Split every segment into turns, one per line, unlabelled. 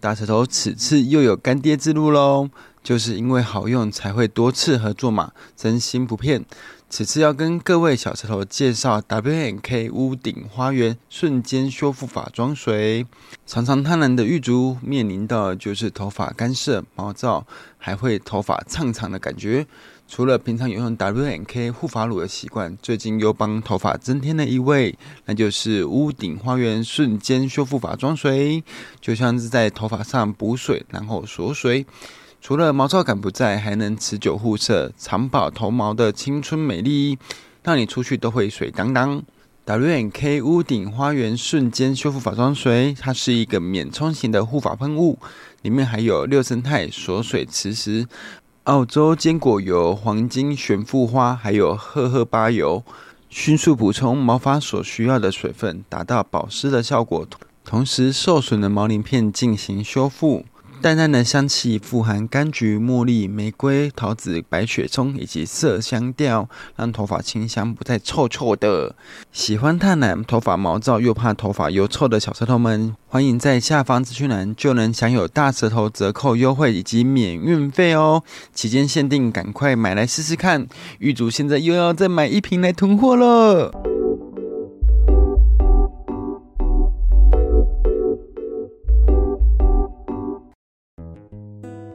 大舌头此次又有干爹之路喽，就是因为好用才会多次合作嘛，真心不骗。此次要跟各位小舌头介绍 W N K 屋顶花园瞬间修复法妆水。常常贪婪的玉竹面临到就是头发干涩、毛躁，还会头发苍苍的感觉。除了平常有用 W N K 护发乳的习惯，最近又帮头发增添了一味，那就是屋顶花园瞬间修复法妆水，就像是在头发上补水，然后锁水。除了毛躁感不在，还能持久护色，长保头毛的青春美丽，让你出去都会水当当。W N K 屋顶花园瞬间修复法妆水，它是一个免冲型的护发喷雾，里面含有六生态锁水磁石、澳洲坚果油、黄金悬浮花，还有荷荷巴油，迅速补充毛发所需要的水分，达到保湿的效果，同时受损的毛鳞片进行修复。淡淡的香气富含柑橘、茉莉、玫瑰、桃子、白雪松以及麝香调，让头发清香，不再臭臭的。喜欢烫染、头发毛躁又怕头发油臭的小舌头们，欢迎在下方资讯栏就能享有大舌头折扣优惠以及免运费哦。期间限定，赶快买来试试看！玉竹现在又要再买一瓶来囤货了。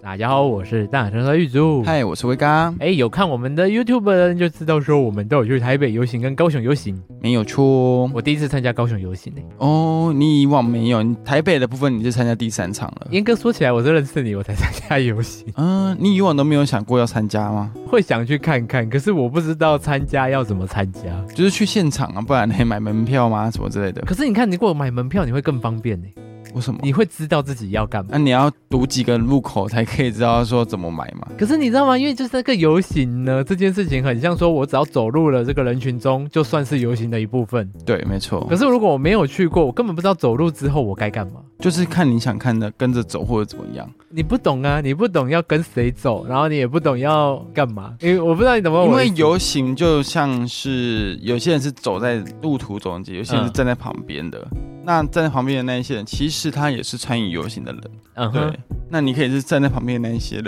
大家好，我是大舌头玉珠。
嗨，我是威刚，
哎，有看我们的 YouTube 的人就知道说，我们都有去台北游行跟高雄游行。
没有错哦
我第一次参加高雄游行呢、
哦。你以往没有，你台北的部分你就参加第三场了。
严格说起来，我是认识你，我才参加游行，
嗯，你以往都没有想过要参加吗？
会想去看看，可是我不知道参加要怎么参加。
就是去现场啊，不然你买门票吗？什么之类的？
可是你看，你给我买门票，你会更方便呢、
为什么？
你会知道自己要干嘛。
那、你要读几个入口才可以知道说怎么买嘛？
可是你知道吗？因为就是那个游行呢，这件事情很像说，我只要走入了这个人群中，就算是游行的一部分。
对，没错
可，是如果我没有去过，我根本不知道走入之后我该干嘛。
就是看你想看的，跟着走或者怎么样。
你不懂啊，你不懂要跟谁走，然后你也不懂要干嘛，因为我不知道你懂不
嗯
懂
因
我的意
为
思。
游行就像是有些人是走在路途中间，有些人是
嗯
站在旁边的。那站在旁边的那一些人，其实他也是参与游行的人。
嗯
对，
哼，
那你可以是站在旁边的那一些人。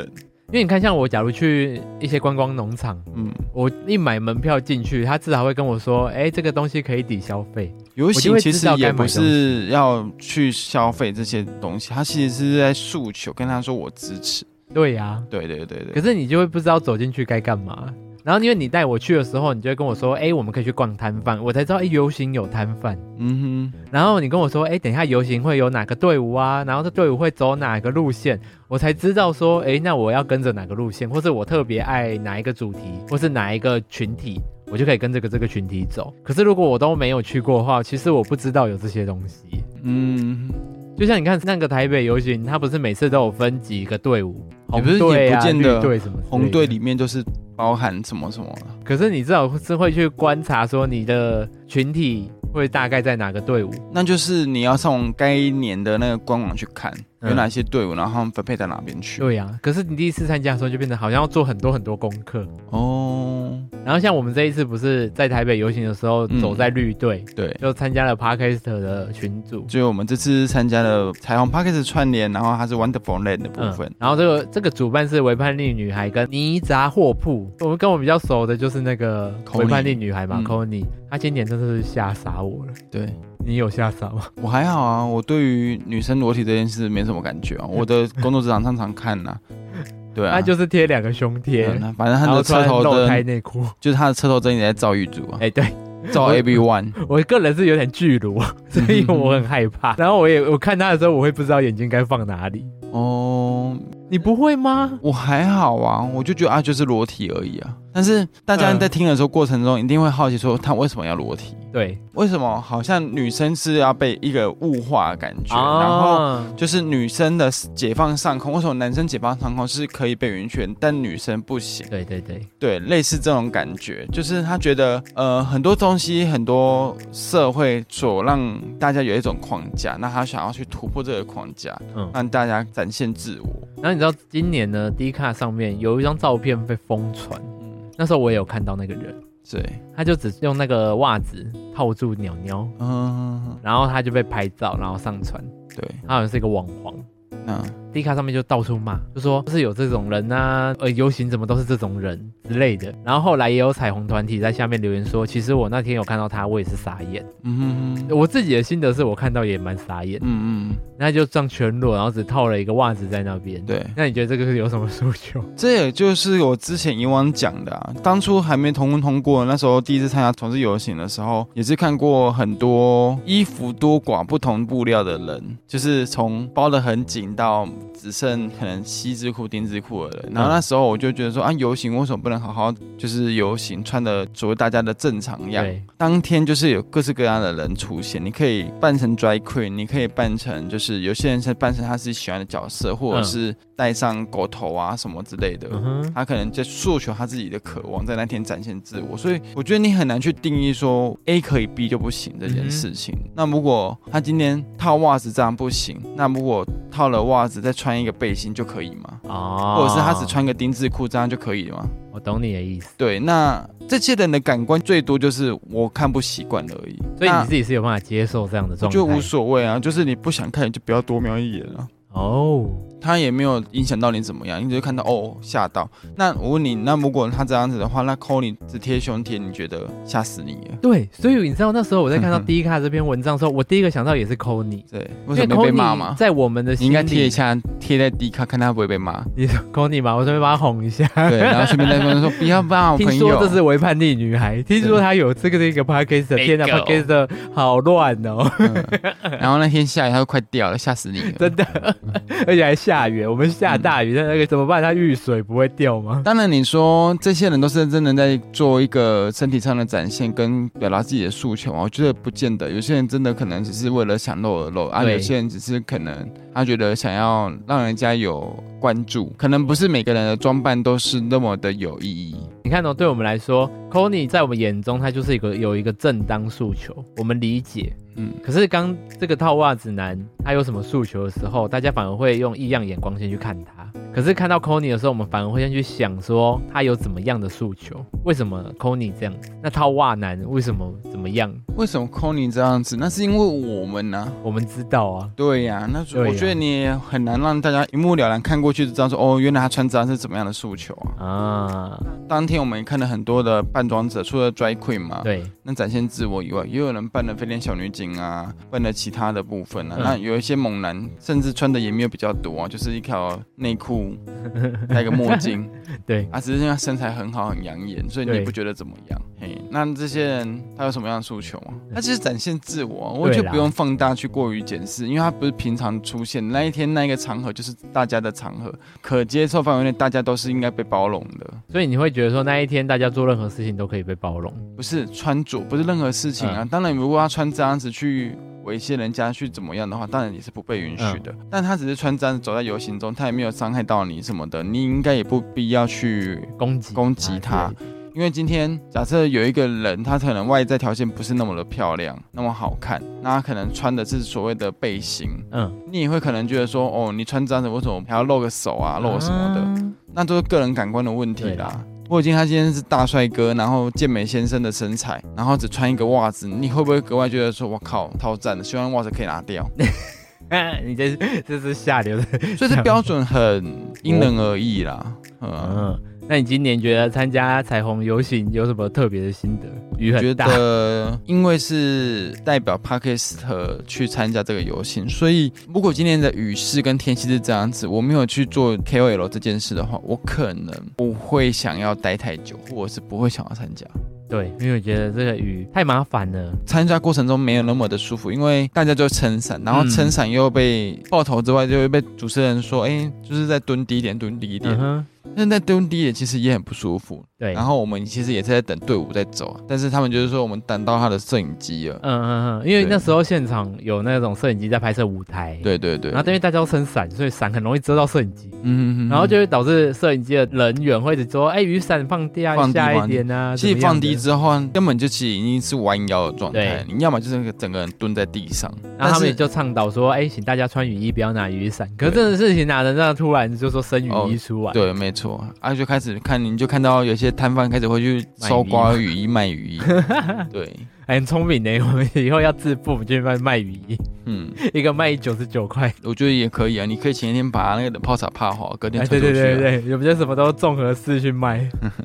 因为你看，像我假如去一些观光农场，
嗯，
我一买门票进去，他至少会跟我说，哎、这个东西可以抵消费。
游
就
行
会
其
知
实
道
也
该
不
买东
是要去消费这些东西，他其实是在诉求，跟他说我支持。
对呀、
对对对
可
对，
是你就会不知道走进去该干嘛。然后因为你带我去的时候，你就会跟我说，哎、我们可以去逛摊贩，我才知道，哎、游行有摊贩。
嗯哼，
然后你跟我说，哎，等一下游行会有哪个队伍啊？然后这队伍会走哪个路线？我才知道说，哎，那我要跟着哪个路线，或是我特别爱哪一个主题，或是哪一个群体，我就可以跟这个这个群体走。可是如果我都没有去过的话，其实我不知道有这些东西。
嗯，
就像你看那个台北游行，它不是每次都有分几个队伍，
也
红
不是
队
也
啊、
不见
绿
得
队什么之类的
红队里面就是包含什么什啊么了。
可是你至少是会去观察说你的群体会大概在哪个队伍。
那就是你要从该年的那个官网去看
嗯
有哪些队伍，然后他们分配到哪边去。
对呀、可是你第一次参加的时候，就变得好像要做很多很多功课。
哦，
然后像我们这一次不是在台北游行的时候
嗯
走在绿队，
对，
就参加了 Parkest 的群组。
所以我们这次参加了彩虹 p a c k e t 串联，然后它是 Wonderful Land 的部分。
嗯然后这个这个主办是维叛逆女孩跟泥杂货铺，我们跟我比较熟的就是那个
Connie
维叛逆女孩嘛
嗯
c o n y 她今年真的是吓傻我了。
对
你有吓傻吗？
我还好啊，我对于女生裸体这件事没什么感觉啊，我的工作职场常常看呐、对 啊，
她嗯就是贴两个胸贴，
嗯那反正
然
他
后
的车
穿
头
露胎
灯，哦
内裤。
就是他的车头灯也在照玉珠啊，
哎，对
照 A B One，
我个人是有点巨乳，所
嗯
以我很害怕。然后我也我看她的时候，我会不知道眼睛该放哪里。
哦，
你不会吗？
我还好啊，我就觉得啊，就是裸体而已啊。但是大家
嗯
在听的时候过程中，一定会好奇说，他为什么要裸体？
对，
为什么好像女生是要被一个物化的感觉？然后
啊，
就是女生的解放上空，为什么男生解放上空是可以被允许，但女生不行？
对对对，
对，类似这种感觉，就是他觉得呃很多东西，很多社会所让大家有一种框架，那他想要去突破这个框架，
嗯。
让大家展现自我。
然后你知道今年呢，D 卡上面有一张照片被疯传，
嗯，
那时候我也有看到那个人，
对，
他就只用那个袜子套住鸟鸟，
嗯，
然后他就被拍照，然后上传，
对，
他好像是一个网黄。
啊，
D 卡上面就到处骂，就说就是有这种人呐、呃，游行怎么都是这种人之类的。然后后来也有彩虹团体在下面留言说，其实我那天有看到他，我也是傻眼。
嗯哼哼，
我自己的心得是我看到也蛮傻眼，
嗯嗯，
那就这样全裸，然后只套了一个袜子在那边。
对，
那你觉得这个是有什么诉 求？
这也就是我之前以往讲的啊，当初还没同婚通过，那时候第一次参加同志游行的时候，也是看过很多衣服多寡不同布料的人，就是从包得很紧到只剩可能西字裤、丁字裤的人。然后那时候我就觉得说啊，游行为什么不能好好就是游行，穿的所谓大家的正常样？
对，
当天就是有各式各样的人出现，你可以扮成 drag queen，你可以扮成就是有些人是扮成他自己喜欢的角色，或者是戴上狗头啊什么之类的。
嗯哼，
他可能在诉求他自己的渴望，在那天展现自我，所以我觉得你很难去定义说 A 可以 B 就不行这件事
嗯
情。那如果他今天套袜子这样不行，那如果套了袜子再穿一个背心就可以吗？
哦，
或者是他只，穿个丁字裤这样就可以吗？
我懂你的意思，
对，那这些人的感官最多就是我看不习惯而已。
所以
那
你自己是有办法接受这样的
我
状态，
觉得无所谓啊，就是你不想看你就不要多瞄一眼了、
哦，
他也没有影响到你怎么样，你只是看到哦吓到。那我问你，那如果他这样子的话，那抠你只贴胸贴，你觉得吓死你了？
对，所以你知道那时候我在 看到 D 卡这篇文章的时候，我第一个想到也是 Kony，
对，为
因为
什么没被骂
Kony
嘛？
在我们的
你
心里
应该贴一下，贴在低卡，看他会不会被骂。
你说 Conny 吗？我顺便把他哄一下。
对，然后顺便在那边说不要骂我
听
朋
说
友。
这是违叛逆女孩，听说她有这个这个 podcast，的天哪
Bagel
，podcast 的好乱哦，
嗯然后那天下雨，他都快掉了，吓死你了。
真的，而且还下雨，我们下大雨，那那个怎么办？它遇水不会掉吗？
当然，你说这些人都是真的在做一个身体上的展现，跟表达自己的诉求啊，我觉得不见得。有些人真的可能只是为了想露而露啊，
对
有些人只是可能他觉得想要让人家有关注，可能不是每个人的装扮都是那么的有意义。
你看哦，对我们来说，Conny 在我们眼中，他就是一个有一个正当诉求，我们理解。
嗯，
可是刚这个套袜子男他有什么诉求的时候，大家反而会用异样眼光先去看他。可是看到 Conny 的时候，我们反而会先去想说他有怎么样的诉求，为什么 Conny 这样？那套袜男为什么怎么样？
为什么 c o n y 这样子？那是因为我们呢、
我们知道啊，
对呀、那
对呀
我觉得你也很难让大家一目了然看过去就知道说，哦，原来他穿这样是怎么样的诉求啊。
啊，
当天我们也看了很多的扮装者，除了 drag queen 嘛，
对，
那展现自我以外，也有人扮了飞天小女警啊，扮了其他的部分啊。
嗯，
那有一些猛男，甚至穿的也没有比较多啊，就是一条内裤，戴个墨镜
对
啊，只是因为他身材很好，很养眼，所以你
对
不觉得怎么样？嘿，那这些人他有什么样的诉求吗？他其实展现自我啊，我
嗯对
就
啦
不用放大去过于检视，因为他不是平常出现那一天那一个场合，就是大家的场合，可接受范围内大家都是应该被包容的。
所以你会觉得说那一天大家做任何事情都可以被包容，
不是穿着，不是任何事情啊。当然，如果他穿这样子去猥亵人家，去怎么样的话，当然也是不被允许的。但他只是穿这样子走在游行中，他也没有伤害到你什么的，你应该也不必要去
攻击
攻击他
对。
因为今天假设有一个人，他可能外在条件不是那么的漂亮，那么好看，那他可能穿的是所谓的背心，
嗯，
你也会可能觉得说，哦，你穿这样子为什么还要露个手啊，露个什么的？
啊
那都是个人感官的问题
对
啦
啦。
我已经他今天是大帅哥，然后健美先生的身材，然后只穿一个袜子，你会不会格外觉得说，我靠，超赞的，希望袜子可以拿 掉？
啊你这是这是下流的。
所以这标准很因人而异啦。嗯，
嗯，那你今年觉得参加彩虹游行有什么特别的心得？雨
觉
嗯很大，
得因为是代表 Pakist 去参加这个游行，所以如果今天的雨势跟天气是这样子，我没有去做 KOL 这件事的话，我可能不会想要待太久，或者是不会想要参加。
对，因为我觉得这个雨太麻烦了。
参加过程中没有那么的舒服，因为大家就撑伞，然后
嗯
撑伞又被爆头之外，就会被主持人说，哎、就是在蹲低一点，蹲低一
嗯
点。
哼，
那、在蹲低一点其实也很不舒服。
对，
然后我们其实也是在等队伍在走，啊但是他们就是说我们等到他的摄影机啊了。
嗯嗯嗯，因为
对
那时候现场有那种摄影机在拍摄舞台，，
对对对
然，后因为大家都撑伞，所以伞很容易遮到摄影机。
嗯
然后就
嗯
会导致摄影机的人员会一直说：“哎、雨伞放低啊，
放低
下一
放低
点啊。
嗯
怎
其
么
实
样
放
的
低之后，根本就其实已经是弯腰的状态
对，
你要么就是整个人蹲在地上，
然后
但
他们
是
也就倡导说：“哎、请大家穿雨衣，不要拿雨伞。”可是这种事情哪能让突然就说生雨衣出来？
对，没错啊，就开始看，你就看到有些摊贩开始会去收刮雨衣卖 雨衣，对，
哎很聪明呢。我们以后要自付，我们就去卖卖雨衣，
嗯，
一个卖九十 九块。
我觉得也可以啊，你可以前一天把那个冷泡茶泡好，隔天
哎，
推
对
出
对
去、啊
对对对，我们就什么都综合式去卖。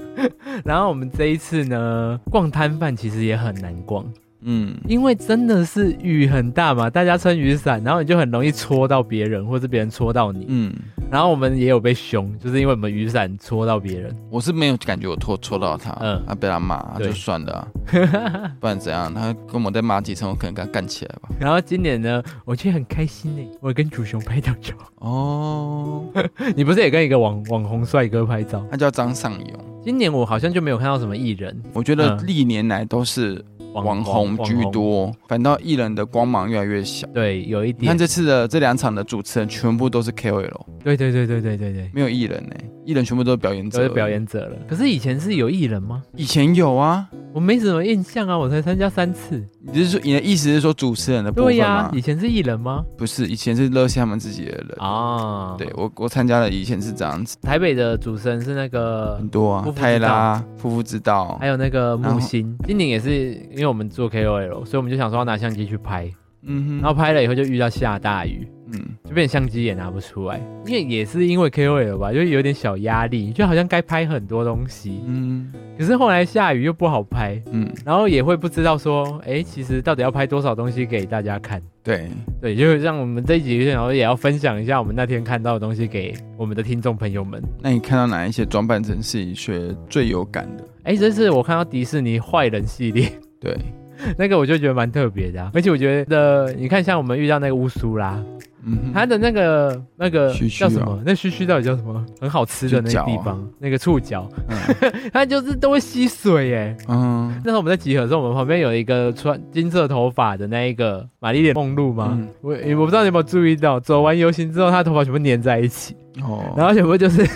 然后我们这一次呢，逛摊贩其实也很难逛，
嗯，
因为真的是雨很大嘛，大家撑雨伞，然后你就很容易戳到别人，或是别人戳到你。
嗯，
然后我们也有被凶，就是因为我们雨伞戳到别人。
我是没有感觉我戳戳到他，
嗯
嗯，啊被他骂啊
对
就算 了、啊，不然怎样？他跟我再骂几声，我可能跟他干起来吧。
然后今年呢，我觉得很开心呢，我跟主雄拍到照。
哦，
你不是也跟一个网网红帅哥拍照？
他叫张尚勇，
今年我好像就没有看到什么艺人
我觉得
嗯
历年来都是网红居。
网红
多，反倒艺人的光芒越来越小。
对，有一
你看
点。
这次的这两场的主持人全部都是 KOL，
对对对对对对对，
没有艺人呢、艺人全部都是表演
都
者。
是表。演者了。可是以前是有艺人吗？
以前有啊，
我没什么印象啊，我才参加三次。
你就是说你的意思是说主持人的部
对
分
呀、
吗？
以前是艺人吗？
不是，以前是热线他们自己的人。
啊，
对，我我参加了，以前是这样子，
台北的主持人是那个
很，多啊
夫，妇之
泰拉、夫妇之道，
还有那个
然后
木星。今年也是因为我们做 KOL，所以我们就想说要拿相机去拍，
嗯
然后
哼，
拍了以后就遇到下大雨，
嗯，
就变成相机也拿不出来，因为也是因为 KOL 吧，就有点小压力，就好像该拍很多东西，
嗯
可是后来下雨又不好拍，
嗯，
然后也会不知道说，哎、其实到底要拍多少东西给大家看。
对，
对，就让我们这一集，然后也要分享一下我们那天看到的东西给我们的听众朋友们。
那你看到哪一些装扮成是你学最有感的？
哎，这次我看到迪士尼坏人系列，
对，
那个我就觉得蛮特别的啊、而且我觉得，你看像我们遇到那个乌苏拉，
嗯
它
哼，
的那个那个
须须
叫
啊
什么？那须须到底叫什么？很好吃的那
触
个
角啊
地方， 那个触角，
嗯
它就是都会吸水哎。
嗯，
那时候我们在集合的时候，我们旁边有一个穿金色头发的那一个玛丽莲梦露嘛，
嗯
我我不知道你有没有注意到，走完游行之后，她头发全部粘在一起，然
哦，
后全部就是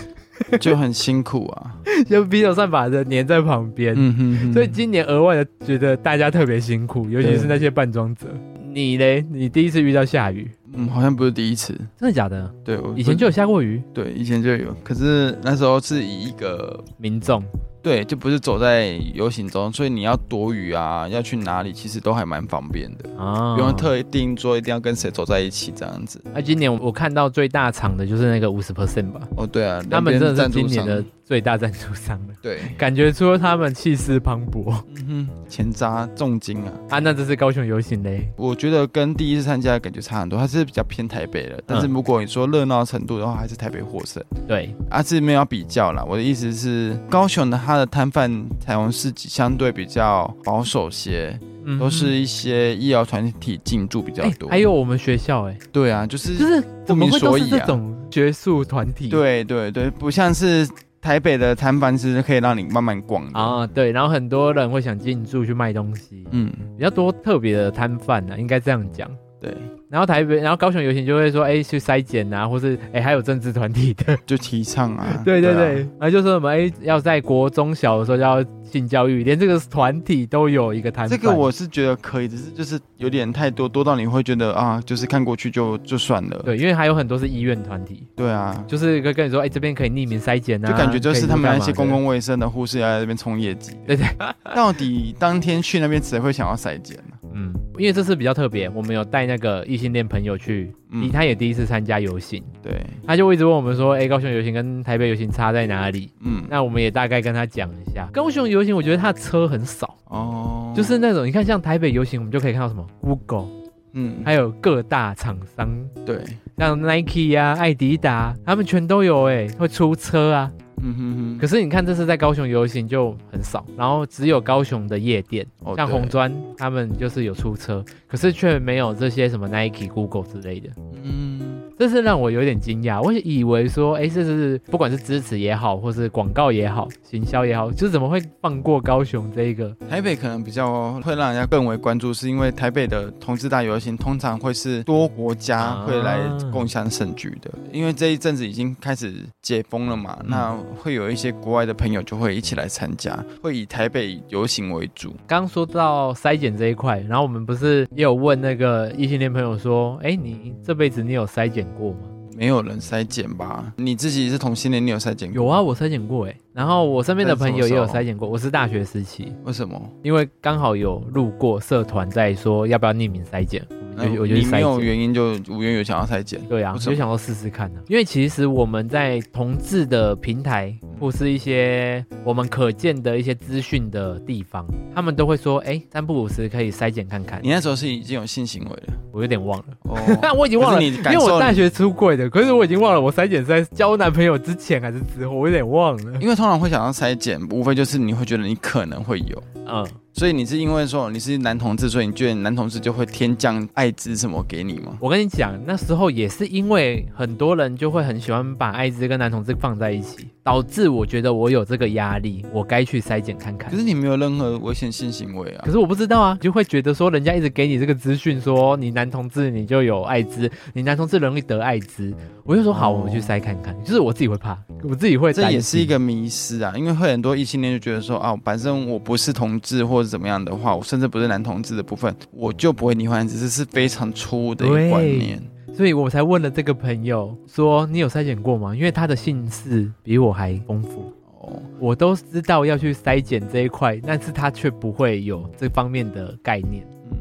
就很辛苦啊，
就比手算把的粘在旁边。
嗯哼哼，
所以今年额外的觉得大家特别辛苦，尤其是那些扮装者。你嘞？你第一次遇到下雨，
嗯，好像不是第一次，
真的假的？
对，我
以前就有下过雨，
对，以前就有，可是那时候是以一个
民众
对，就不是走在游行中，所以你要躲雨啊，要去哪里，其实都还蛮方便的，
啊
不用。特定说一定要跟谁走在一起这样子。
那、啊今年我看到最大场的就是那个五十 percent 吧，
哦，对啊，
他
两
们
边
真的是
赞助
今年
商
的最大赞助商了，
对，
感觉出他们气势磅礴
嗯哼，钱渣重金啊，
啊。那这是高雄游行嘞，
我觉得跟第一次参加的感觉差很多，它是比较偏台北的，但是
嗯
如果你说热闹程度的话，还是台北获胜。
对，
啊，是没有要比较啦。我的意思是，高雄的它的摊贩台湾市集相对比较保守些，
嗯
都是一些医疗团体进驻比较
哎、
多。
还有我们学校哎、
对啊，就是
就是怎么会
不
都
明所
是
以
这
啊
种学术团体？
对对对，不像是台北的摊贩是可以让你慢慢逛的。
啊，对，然后很多人会想进驻去卖东西，
嗯，
比较多特别的摊贩啊呢，应该这样讲。
对，
然后台北，然后高雄游行就会说，哎，去筛检啊，或是哎，还有政治团体的，
就提倡啊。
对对
啊
对，然后就说什么，哎，要在国中小的时候就要性教育，连这个团体都有一个摊贩。
啊这个我是觉得可以，只是就是有点太多，多到你会觉得啊，就是看过去就就算了。
对，因为还有很多是医院团体，
对啊，
就是跟跟你说，哎，这边可以匿名筛检啊，
就感觉就是他们那些公
可以干嘛
共卫生的护士要在这边冲业绩。
对对，
到底当天去那边谁会想要筛检啊呢？
的，嗯，因为这次比较特别，我们有带那个异性恋朋友去，
嗯
他也第一次参加游行，
对，
他就会一直问我们说，哎，高雄游行跟台北游行差在哪里？
嗯，
那我们也大概跟他讲一下，高雄游行，我觉得他的车很少，
哦，
就是那种你看像台北游行，我们就可以看到什么 Google，
嗯，
还有各大厂商，
对，
像 Nike 呀、啊、艾迪达，他们全都有哎、会出车啊。
嗯哼
可
哼，
是你看这次在高雄游行就很少，然后只有高雄的夜店，
哦
像红
对
砖他们就是有出车，可是却没有这些什么 Nike、Google 之类的。
嗯，
这是让我有点惊讶，我以为说，哎，这是不管是支持也好，或是广告也好，行销也好，就是怎么会放过高雄这一个？
台北可能比较会让人家更为关注，是因为台北的同志大游行通常会是多国家
啊
会来共享盛举的，因为这一阵子已经开始解封了
嗯
嘛，那会有一些国外的朋友就会一起来参加，会以台北游行为主。
刚刚说到筛检这一块，然后我们不是也有问那个异性恋朋友说，哎，你这辈子你有筛检过吗？
没没有人筛检吧？你自己是同性恋，你有筛检？
有啊，，我筛检过哎，然后我身边的
在什么
朋友也有
时候啊
筛检过，我是大学时期，
为什么？
因为刚好有路过社团在说要不要匿名筛检，我
那
们就我就
嗯
去
你没有
筛检。
原因就无缘有想要筛检，
对啊，
为
我
什么
就想说试试看呢、啊因为其实我们在同志的平台或是一些我们可见的一些资讯的地方，他们都会说，哎，三不五时可以筛检看看
你。那时候是已经有性行为了。
我有点忘了，
哦，
但 我已经忘
可
了，
是你
因
感
为
受
我大
你
学出柜的，可是我已经忘了我筛检是在交男朋友之前还是之后，我有点忘了。
因为通常会想要筛检，无非就是你会觉得你可能会有，
嗯，
所以你是因为说你是男同志，所以你觉得男同志就会天降艾滋什么给你吗？
我跟你讲，那时候也是因为很多人就会很喜欢把艾滋跟男同志放在一起，导致我觉得我有这个压力，我该去筛检看看
可。是你没有任何危险性行为啊
哎可。是我不知道啊，就会觉得说人家一直给你这个资讯，说你男同志你就有艾滋，你男同志容易得艾滋，我就说好，
哦
我去筛看看。就是我自己会怕，我自己会
这
担
也
心
是一个迷失啊，因为会很多异性恋就觉得说啊，反正我不是同志或者怎么样的话，我甚至不是男同志的部分，我就不会罹患艾滋，这是非常错误的一个
对
观念。
所以我才问了这个朋友说你有筛检过吗？因为他的姓氏比我还丰富，
哦，
我都知道要去筛检这一块，但是他却不会有这方面的概念，
嗯，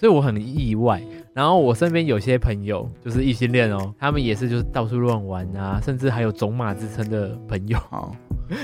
所以我很意外。然后我身边有些朋友就是异性恋哦，他们也是就是到处乱玩啊，甚至还有种马之称的朋友，
好，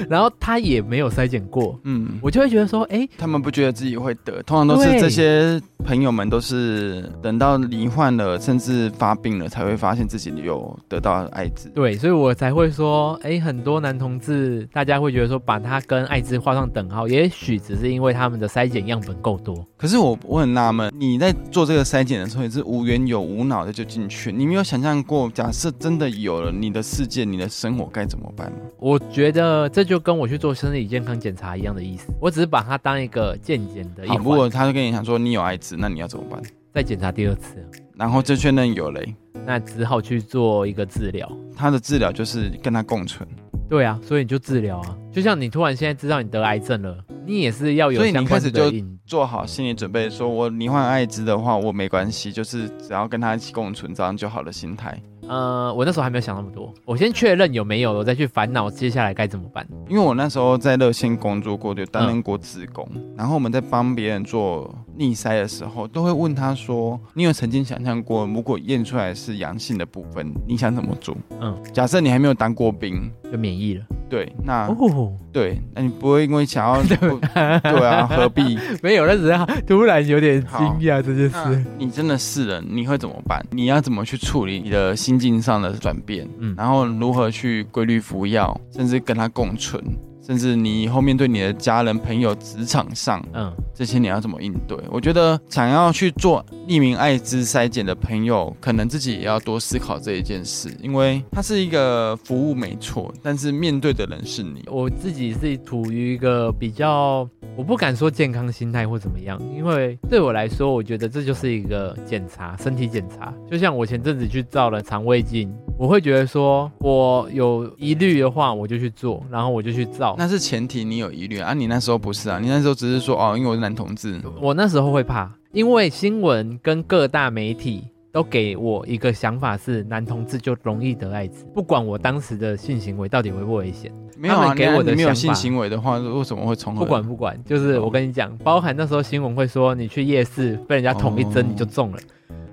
然后他也没有筛检过，
嗯，
我就会觉得说，哎，
他们不觉得自己会得，通常都是
对
这些朋友们都是等到罹患了，甚至发病了，才会发现自己有得到艾滋。
对，所以我才会说，哎，很多男同志大家会觉得说，把他跟艾滋画上等号，也许只是因为他们的筛检样本够多。
可是我我很纳闷，你在做这个筛检的时候，你是无缘有无脑的就进去，你没有想象过，假设真的有了，你的世界、你的生活该怎么办吗？
我觉得这就跟我去做身体健康检查一样的意思，我只是把它当一个健检的一
好，如果
环，
他就跟你讲说你有艾滋，那你要怎么办？
再检查第二次，
然后就确认有嘞，
那只好去做一个治疗。
他的治疗就是跟他共存，
对啊，所以你就治疗啊，就像你突然现在知道你得癌症了，你也是要有
所以你
相
开
关
始
的
就
应
做好心理准备，说我罹患艾滋的话，我没关系，就是只要跟他一起共存，这样就好的心态。
呃，我那时候还没有想那么多，我先确认有没有，我再去烦恼接下来该怎么办。
因为我那时候在热线工作过，就担任过职工，
嗯
然后我们在帮别人做逆筛的时候，都会问他说：“你有曾经想象过，如果验出来是阳性的部分，你想怎么做？”
嗯，
假设你还没有当过兵，
就免疫了、
对，那、
哦，
对，那你不会因为想 要不对啊，何必？
没有，那只是他突然有点惊讶这件
那
事。
你真的是人，你会怎么办？你要怎么去处理你的心境上的转变？
嗯
然后如何去规律服药，甚至跟他共存，甚至你以后面对你的家人、朋友、职场上。
嗯，
这些你要怎么应对？我觉得想要去做匿名艾滋筛检的朋友，可能自己也要多思考这一件事，因为它是一个服务没错，但是面对的人是你。
我自己是处于一个比较，我不敢说健康心态或怎么样，因为对我来说，我觉得这就是一个检查，身体检查。就像我前阵子去照了肠胃镜，我会觉得说，我有疑虑的话，我就去做，然后我就去照。
那是前提，你有疑虑啊？你那时候不是啊？你那时候只是说哦，因为我是男同志，
我那时候会怕，因为新闻跟各大媒体都给我一个想法是，男同志就容易得艾滋，不管我当时的性行为到底危不危险，
没有啊？
给我的
你你没有
想
性
法
行为的话，为什么会重合？
不管不管，就是
哦
我跟你讲，包含那时候新闻会说，你去夜市被人家捅一针
哦
你就中了。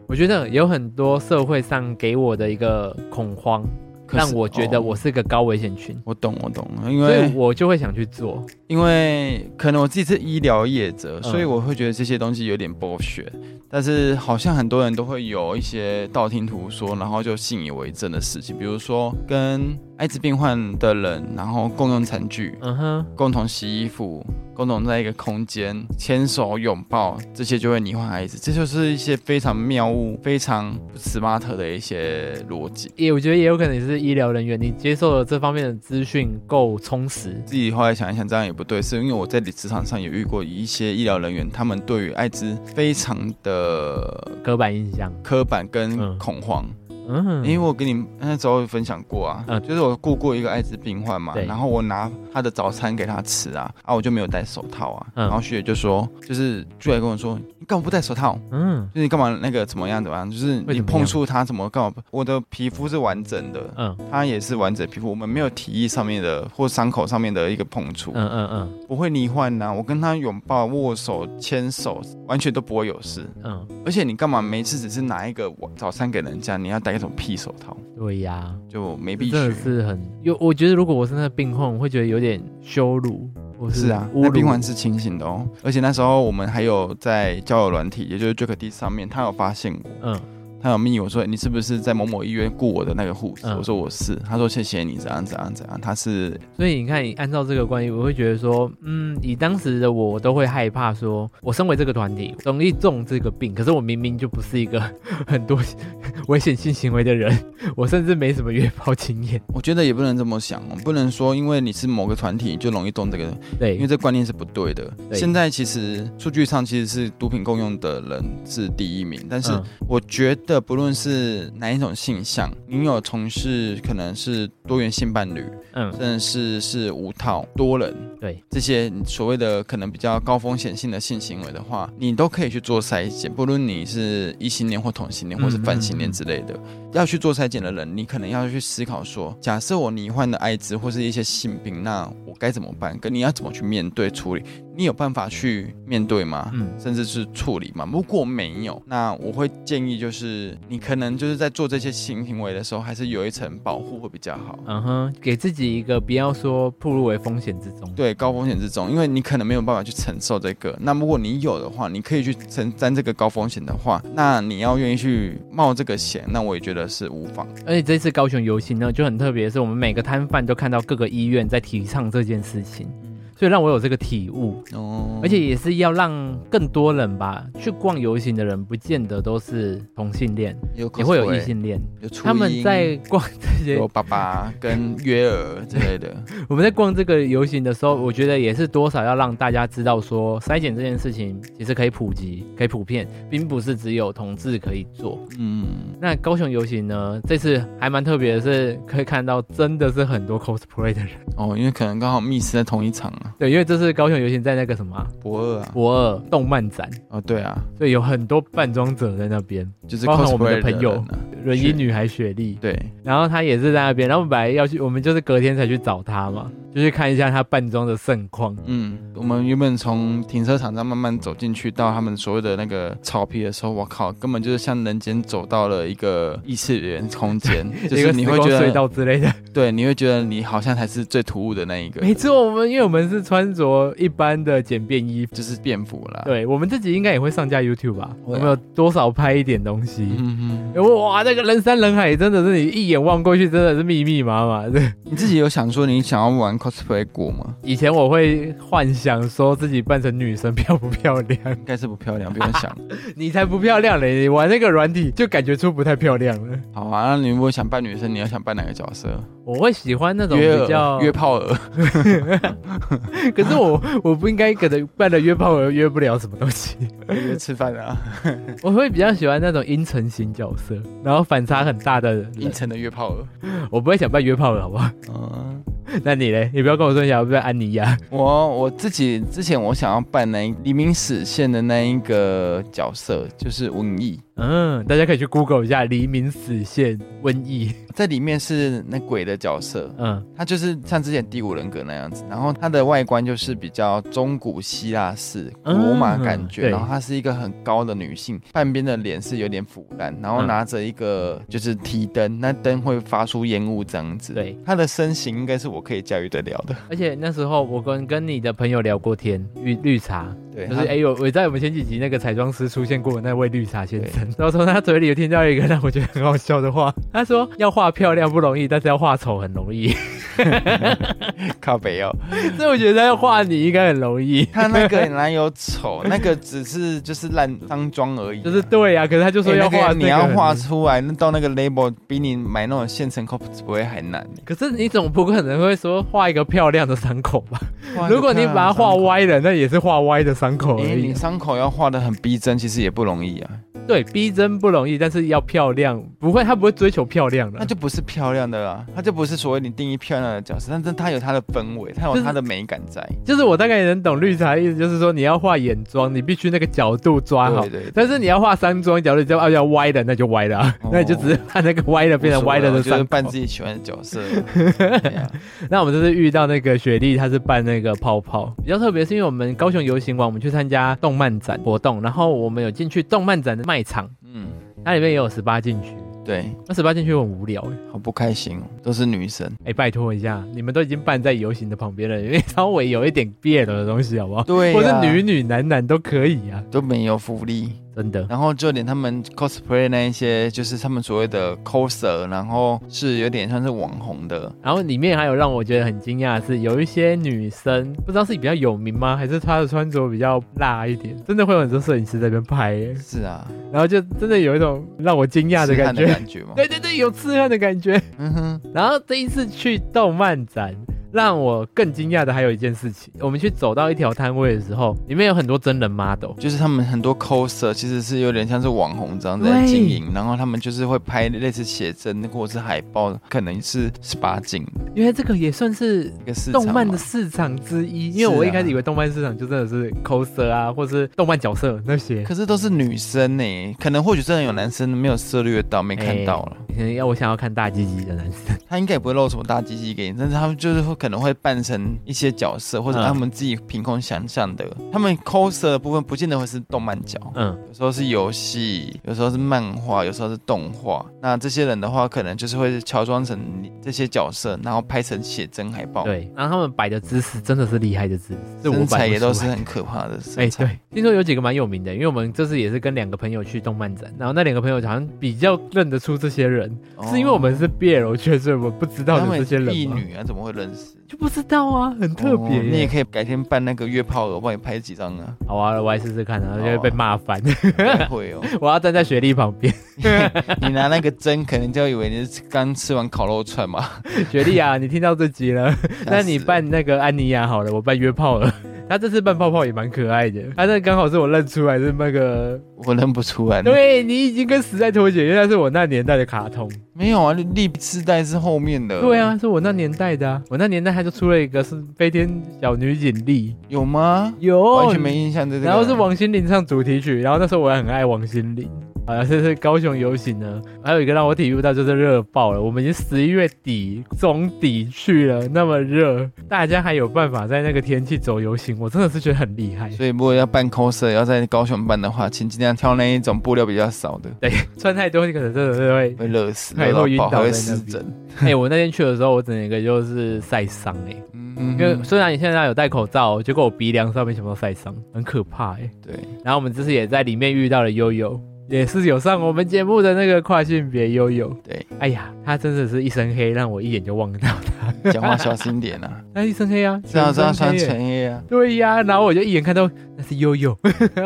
我觉得有很多社会上给我的一个恐慌，
可是
让我觉得
哦
我是个高危险群，
我懂，我懂，因
所
为
以我就会想去做。
因为可能我自己是医疗业者，
嗯
所以我会觉得这些东西有点剥削。但是好像很多人都会有一些道听途说，然后就信以为真的事情，比如说跟艾滋病患的人，然后共用餐具、
嗯哼，
共同洗衣服、共同在一个空间牵手拥抱，这些就会罹患艾滋。这就是一些非常谬误、非常不 smart 的一些逻辑。
也我觉得也有可能是医疗人员，你接受了这方面的资讯够充实，
自己后来想一想，这样也不对，是因为我在职场上也遇过一些医疗人员，他们对于艾滋非常的
刻板印象。
刻板跟
嗯
恐慌，
嗯，
因为我跟你那时候分享过啊，
嗯
就是我雇过一个艾滋病患嘛，
对
然后我拿他的早餐给他吃啊，啊，我就没有戴手套啊，
嗯
然后学姐就说，就是就来跟我说，你干嘛不戴手套？
嗯
就是你干嘛那个怎么样怎么样？就是你
为什么
碰触它怎么干嘛不？我的皮肤是完整的，
嗯
它也是完整皮肤，我们没有体液上面的或伤口上面的一个碰触，
嗯嗯嗯
不会罹患呐、啊我跟他拥抱、握手、牵手，完全都不会有事。
嗯，
而且你干嘛每次只是拿一个早餐给人家，你要戴一种屁手套，
对呀，
就没必
真
须。
的是很有，我觉得如果我是那个病患，我会觉得有点羞辱，我
是啊，
侮
那
辱。
病患是清醒的哦，而且那时候我们还有在交友软体，也就是 j a c k D 上面，他有发现我，
嗯
他有密我说你是不是在某某医院雇我的那个护士？
嗯
我说我是，他说谢谢你怎样怎样怎样，他是
所以你看，你按照这个关系，我会觉得说，嗯，以当时的我，我都会害怕说，我身为这个团体容易中这个病，可是我明明就不是一个很多 危险性行为的人，我甚至没什么约炮经 验。
我觉得也不能这么想哦，不能说因为你是某个团体就容易中这个，
对，
因为这观念是不对的。
对
现在其实数据上其实是毒品共用的人是第一名，但是
嗯
我觉得不论是哪一种性向，你有从事可能是多元性伴侣，
嗯
甚至是无套多人，
对
这些所谓的可能比较高风险性的性行为的话，你都可以去做筛检，不论你是异性恋或同性恋，
嗯
或是泛性恋之类的。要去做筛检的人，你可能要去思考说，假设我罹患了艾滋或是一些性病，那我该怎么办？跟你要怎么去面对处理？你有办法去面对吗？
嗯
甚至是处理嘛。如果没有，那我会建议就是你可能就是在做这些性行为的时候，还是有一层保护会比较好。
嗯哼，给自己一个不要说暴露为风险之中。
对高风险之中，因为你可能没有办法去承受这个。那如果你有的话，你可以去承担这个高风险的话，那你要愿意去冒这个险，那我也觉得是无妨。
而且这次高雄游行呢，就很特别，是我们每个摊贩都看到各个医院在提倡这件事情，所以让我有这个体悟，
哦
嗯而且也是要让更多人吧，去逛游行的人不见得都是同性恋，
有
也会有异
cosplay，
性恋，
有初
他们
音
在逛这些
哦 有，爸爸跟约尔之类 的，
我们在逛这个游行的时候，我觉得也是多少要让大家知道说，筛检这件事情其实可以普及，可以普遍，并不是只有同志可以做。
嗯，
那高雄游行呢，这次还蛮特别的是，可以看到真的是很多 cosplay 的人。
哦，因为可能刚好密室在同一场啊，
对，因为这次高雄游行在那个什么啊
博二啊，
博尔动漫展，
哦对啊，
所以有很多扮装者在那边，
就是
包含我
cosplay
们的朋友
人啊
轮椅女孩雪莉，
对，
然后她也是在那边，然后我们本来要去，我们就是隔天才去找她嘛，就去看一下她扮装的盛况。
嗯，我们原本从停车场上慢慢走进去，到他们所谓的那个草皮的时候，我靠，根本就是像人间走到了一个异次元空 间，就
一个
是你
时
会
光
觉
隧
得，
道之类的，
对，你会觉得你好像才是最突兀的那一个，
没错，我们因为我们是穿着一般的简便衣服，
就是便服啦。，
对我们自己应该也会上架 YouTube 吧？我
会啊
们有多少拍一点东西？
嗯哼，
哇，那个人山人海，真的是你一眼望过去，真的是密密麻麻的。
你自己有想说你想要玩 cosplay 过吗？
以前我会幻想说自己扮成女生漂不漂亮，
应该是不漂亮，不用想。
你才不漂亮嘞！你玩那个软体就感觉出不太漂亮了。
好啊，那你如果想扮女生，你要想扮哪个角色？
我会喜欢那种
约
比
尔、
较，
约炮儿。
呃可是我我不应该可能扮了约炮而约不了什么东西。
约吃饭 啊，
我会比较喜欢那种阴沉型角色，然后反差很大的
阴
人。
沉的约炮儿。
我不会想扮约炮了，好不 好？
嗯。
那你嘞？你不要跟我说你想要扮安妮亚。
我我自己之前我想要扮那一黎明史线的那一个角色，就是瘟疫，
嗯，大家可以去 Google 一下黎明死线瘟疫。
在里面是那鬼的角色，
嗯
他就是像之前第五人格那样子，然后他的外观就是比较中古希腊式
嗯
罗马感觉，
对
然后她是一个很高的女性，半边的脸是有点腐烂，然后
嗯
拿着一个就是提灯，那灯会发出烟雾这样子，
对，
她的身形应该是我可以驾驭得了的，
而且那时候我跟跟你的朋友聊过天，绿绿茶。
对，
就是
她
哎、有我在我们前几集那个彩妆师出现过的那位绿茶先生，然后从他嘴里有听到一个让我觉得很好笑的话， 他说要画漂亮不容易，但是要画丑很容易，
靠北哦。
所以我觉得他要画你应该很容易，
他那个哪有丑，那个只是就是烂脏妆而已啊、
就是对呀、可是他就
就
说要画、
哎你要画，出来，那到那个 label 比你买那种现成 copy 只不会还难。
可是你总不可能会说画一个漂亮的伤口吧？
哇
如果你把它画，歪了，那也是画歪的伤口
你看
而
哎，
已
你。伤口要画的很逼真，其实也不容易啊。
对，逼真不容易，但是要漂亮，不会，他不会追求漂亮
那
的。
就不是漂亮的啦，它就不是所谓你定义漂亮的角色，但是它有它的氛围，它有它的美感在。
就是我大概也能懂绿茶的意思，就是说你要画眼妆，你必须那个角度抓好
对。对对，
但是你要画三妆角度，你就要要歪的，那就歪的、啊，
哦
那你就只是把那个歪的变成歪的
无所谓我
的
就是
上
扮
口
自。己喜欢的角色。对 啊
那我们这次遇到那个雪莉，她是扮那个泡泡，比较特别，是因为我们高雄游行完，我们去参加动漫展活动，然后我们有进去动漫展的卖场，
嗯，
它里面也有十八禁区，
对，
那十八禁区很无聊哎、
好不开心哦，都是女生。
哎、拜托一下，你们都已经办在游行的旁边了，因 为稍微有一点 BL 的东西好不好？
对、啊，
或是女女男男都可以啊，
都没有福利，
真的。
然后就连他们 cosplay 那一些，就是他们所谓的 coser，然后是有点像是网红的，
然后里面还有让我觉得很惊讶的是，有一些女生不知道是比较有名吗，还是她的穿着比较辣一点，真的会有很多摄影师在那边拍耶，
是啊，
然后就真的有一种让我惊讶的
痴汉
感
的
觉。
感觉嘛。
对对对，有刺汗的感觉。
嗯哼，
然后这一次去动漫展，让我更惊讶的还有一件事情，我们去走到一条摊位的时候，里面有很多真人 model，
就是他们很多 coser 其实是有点像是网红这样在经营，然后他们就是会拍类似写真或者是海报，可能是十八禁
因为这个也算是
一个市场嘛
动漫的市场之一。
是
因
啊
为我一开始以为动漫市场就真的是 coser 啊，或是动漫角色那些。
可是都是女生呢、可能或许真的有男生没有涉猎到，没
哎
看到了。
可能要我想要看大鸡鸡的男生，
他应该也不会露什么大鸡鸡给你，但是他们就是会可能会扮成一些角色，或者
嗯
他们自己凭空想象的。他们 coser 的部分不见得会是动漫角，
嗯，
有时候是游戏，有时候是漫画，有时候是动画。那这些人的话，可能就是会乔装成你这些角色，然后拍成写真海报。，
对。然后他们摆的姿势真的是厉害的姿势，是我
身材
摆不
也都
出
是
来。
很可怕的身
哎、
材。
对，听说有几个蛮有名的，因为我们这次也是跟两个朋友去动漫展，然后那两个朋友好像比较认得出这些人，
哦
是因为我们是 BL 圈，所以我们不知道
他
有
们
这
也
些
是
人
婢
吗
女啊，怎么会认识？
就不知道啊，很特别
哦你也
耶、
可以改天扮那个约炮我帮你拍几张 啊。
好啊，我来试试看啊，
好啊
就会被骂翻。
应该会哦，
我要站在雪莉旁 边，
你拿那个针，可能就以为你是刚吃完烤肉串嘛。
雪莉啊，你听到这集 了， 那你
扮。
扮那个安妮亚好了，我扮约炮了。他这次扮泡泡也蛮可爱的，他那刚好是我认出来是那个，
我认不出来。，
对你已经跟时代脱节，原来是我那年代的卡通。
没有啊，历世代是后面的。
对，啊，是我那年代的啊，我那年代他就出了一个是飞天小女警力，
有吗？
有
完全没印象对这个。
哦然后是王心凌唱主题曲，然后那时候我也很爱王心凌。好了，这是高雄游行呢，还有一个让我体悟到就是热爆了。我们已经十一月底中底去了，那么热，大家还有办法在那个天气走游行，我真的是觉得很厉害。
所以如果要办 coser，要在高雄办的话，请尽量挑那一种布料比较少的，
对，穿太多你可能真的 是会，
会热死，
对
热到
哎会晕
爆，
倒
还会
在那
湿
边
疹。
哎、我那天去的时候，我整个就是晒伤哎，
嗯
因为虽然你现在有戴口罩，结果我鼻梁上面全部都晒伤，很可怕哎、
对，
然后我们这次也在里面遇到了悠悠，也是有上我们节目的那个跨性别悠悠。
对，
哎呀，他真的是一身黑，让我一眼就忘到他。
讲话小心点 啊，
他一身黑啊，
这样这样穿
全身黑
纯
耶。
黑啊，
对呀、然后我就一眼看到那是 悠悠，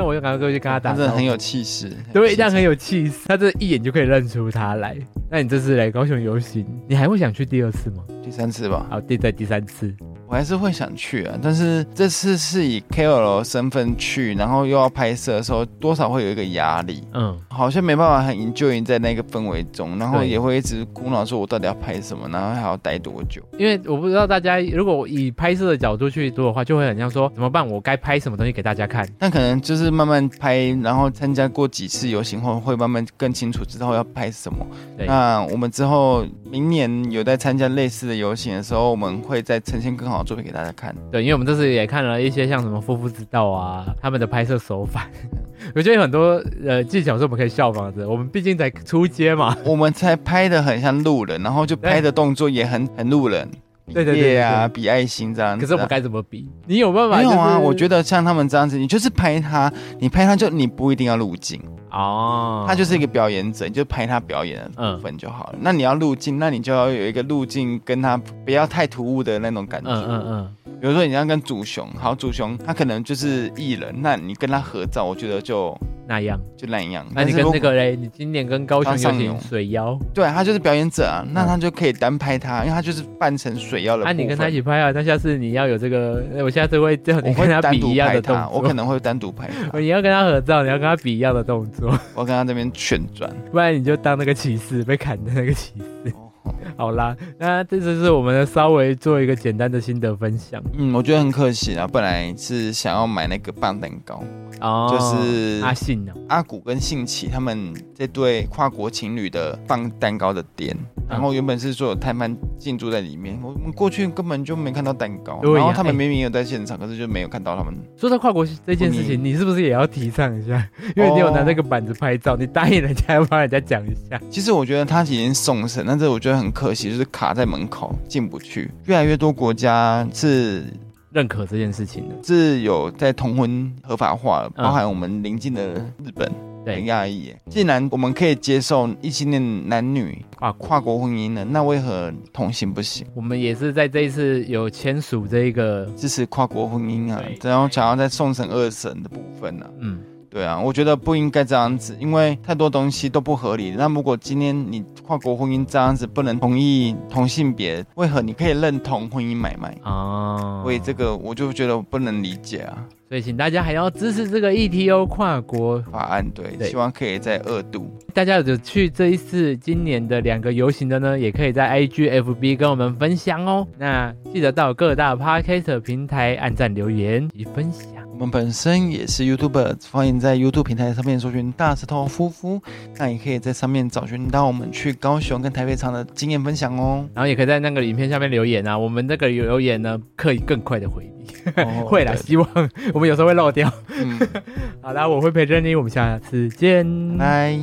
我就赶快过去 跟
他
他打
真
招
的很
呼。
有气势。
对，这样很有气势，他这一眼就可以认出他来。那你这次来高雄游行，你还会想去第二次吗？
第三次吧，
好，第在第三次，
我还是会想去啊，但是这次是以 KOL 身份去，然后又要拍摄的时候，多少会有一个压力。
嗯，
好像没办法很 enjoy 在那个氛围中，然后
对
也会一直苦恼说，我到底要拍什么，然后还要待多久？
因为我不知道大家如果以拍摄的角度去做的话，就会很像说怎么办？我该拍什么东西给大家看？
但可能就是慢慢拍，然后参加过几次游行后，会慢慢更清楚知道要拍什么。
对
那我们之后明年有在参加类似的游行的时候，我们会再呈现更好的作品给大家看。
对，因为我们这次也看了一些像什么《夫妇之道》啊，他们的拍摄手法， 我觉得有很多呃技巧是我们可以效仿的。我们毕竟才出街嘛，
我们才拍的很像路人，然后就拍的动作也很很路人，比
对对对
耶啊，比爱心这样子啊。
可是我们该怎么比？你有办法、
没
就是？
有啊，我觉得像他们这样子，你就是拍他，你拍他就你不一定要入镜。
得哦，嗯
他就是一个表演者，你就拍他表演的部分就好了。那你要入镜，那你就要有一个路径跟他不要太突兀的那种感觉。
嗯嗯嗯，
因比如说你要跟祖雄，好，祖雄他可能就是艺人，那你跟他合照，我觉得就
那样。
就那样。
那
但
你
是
跟
如
那
果
个嘞，你今年跟高
张
雄有
尚
请
勇
水妖，
对他就是表演者啊，那
嗯
他就可以单拍他，因为他就是扮成水妖的部
啊，
分。
你跟他一起拍啊，那下次你要有这个，哎我下次会叫你
我
跟
会
他
单
比
独
一样
拍
的动
他，我可
作，
能会单独拍 他，
哦你要跟他合照，你要跟他比一样的动作，
我要跟他这边旋转。
不然你就当那个骑士被砍的那个骑士。
哦
好啦，那这就是我们的稍微做一个简单的心得分享
嗯，我觉得很可惜啊，本来是想要买那个棒蛋糕，
哦，
就是
阿信哦，
阿古跟信奇他们这对跨国情侣的放蛋糕的店，
嗯
然后原本是说有摊贩进驻在里面，我们过去根本就没看到蛋糕，
对呀
然后他们
哎
明明有在现场，可是就没有看到他们。
说到跨国这件事情，你是不是也要提倡一下？ 因为你有拿那个板子拍照，你答应人家要帮人家讲一下。
其实我觉得他已经送审，但是我觉得很可惜，就是卡在门口进不去。越来越多国家是
认可这件事情的，
是有在同婚合法化了，
嗯
包含我们邻近的日本，
对
很讶异耶。既然我们可以接受异性恋男女
跨国。
跨国婚姻了，那为何同性不行？
啊我们也是在这一次有签署这一个，
支持跨国婚姻啊
对，
然后想要在送审二审的部分呢、啊，
嗯，
对啊，我觉得不应该这样子，因为太多东西都不合理。那如果今天你跨国婚姻这样子不能同意同性别，为何你可以认同婚姻买卖？
哦，
所以这个我就觉得不能理解啊。
所以请大家还要支持这个 ETO 跨国。
法案对，
对
希望可以再二度。
大家有去这一次今年的两个游行的呢，也可以在 IGFB 跟我们分享哦。那记得到各大 Podcast 平台按赞、留言及分享。
我们本身也是 YouTuber，欢迎在 YouTube 平台上面搜寻“大石头夫妇”，那也可以在上面找寻到我们去高雄跟台北场的经验分享哦。
然后也可以在那个影片下面留言啊，我们那个留言呢可以更快的回你，
哦
会啦，
对
希望我们有时候会漏掉。
嗯，
好啦，我会陪着你，我们下次见，
拜。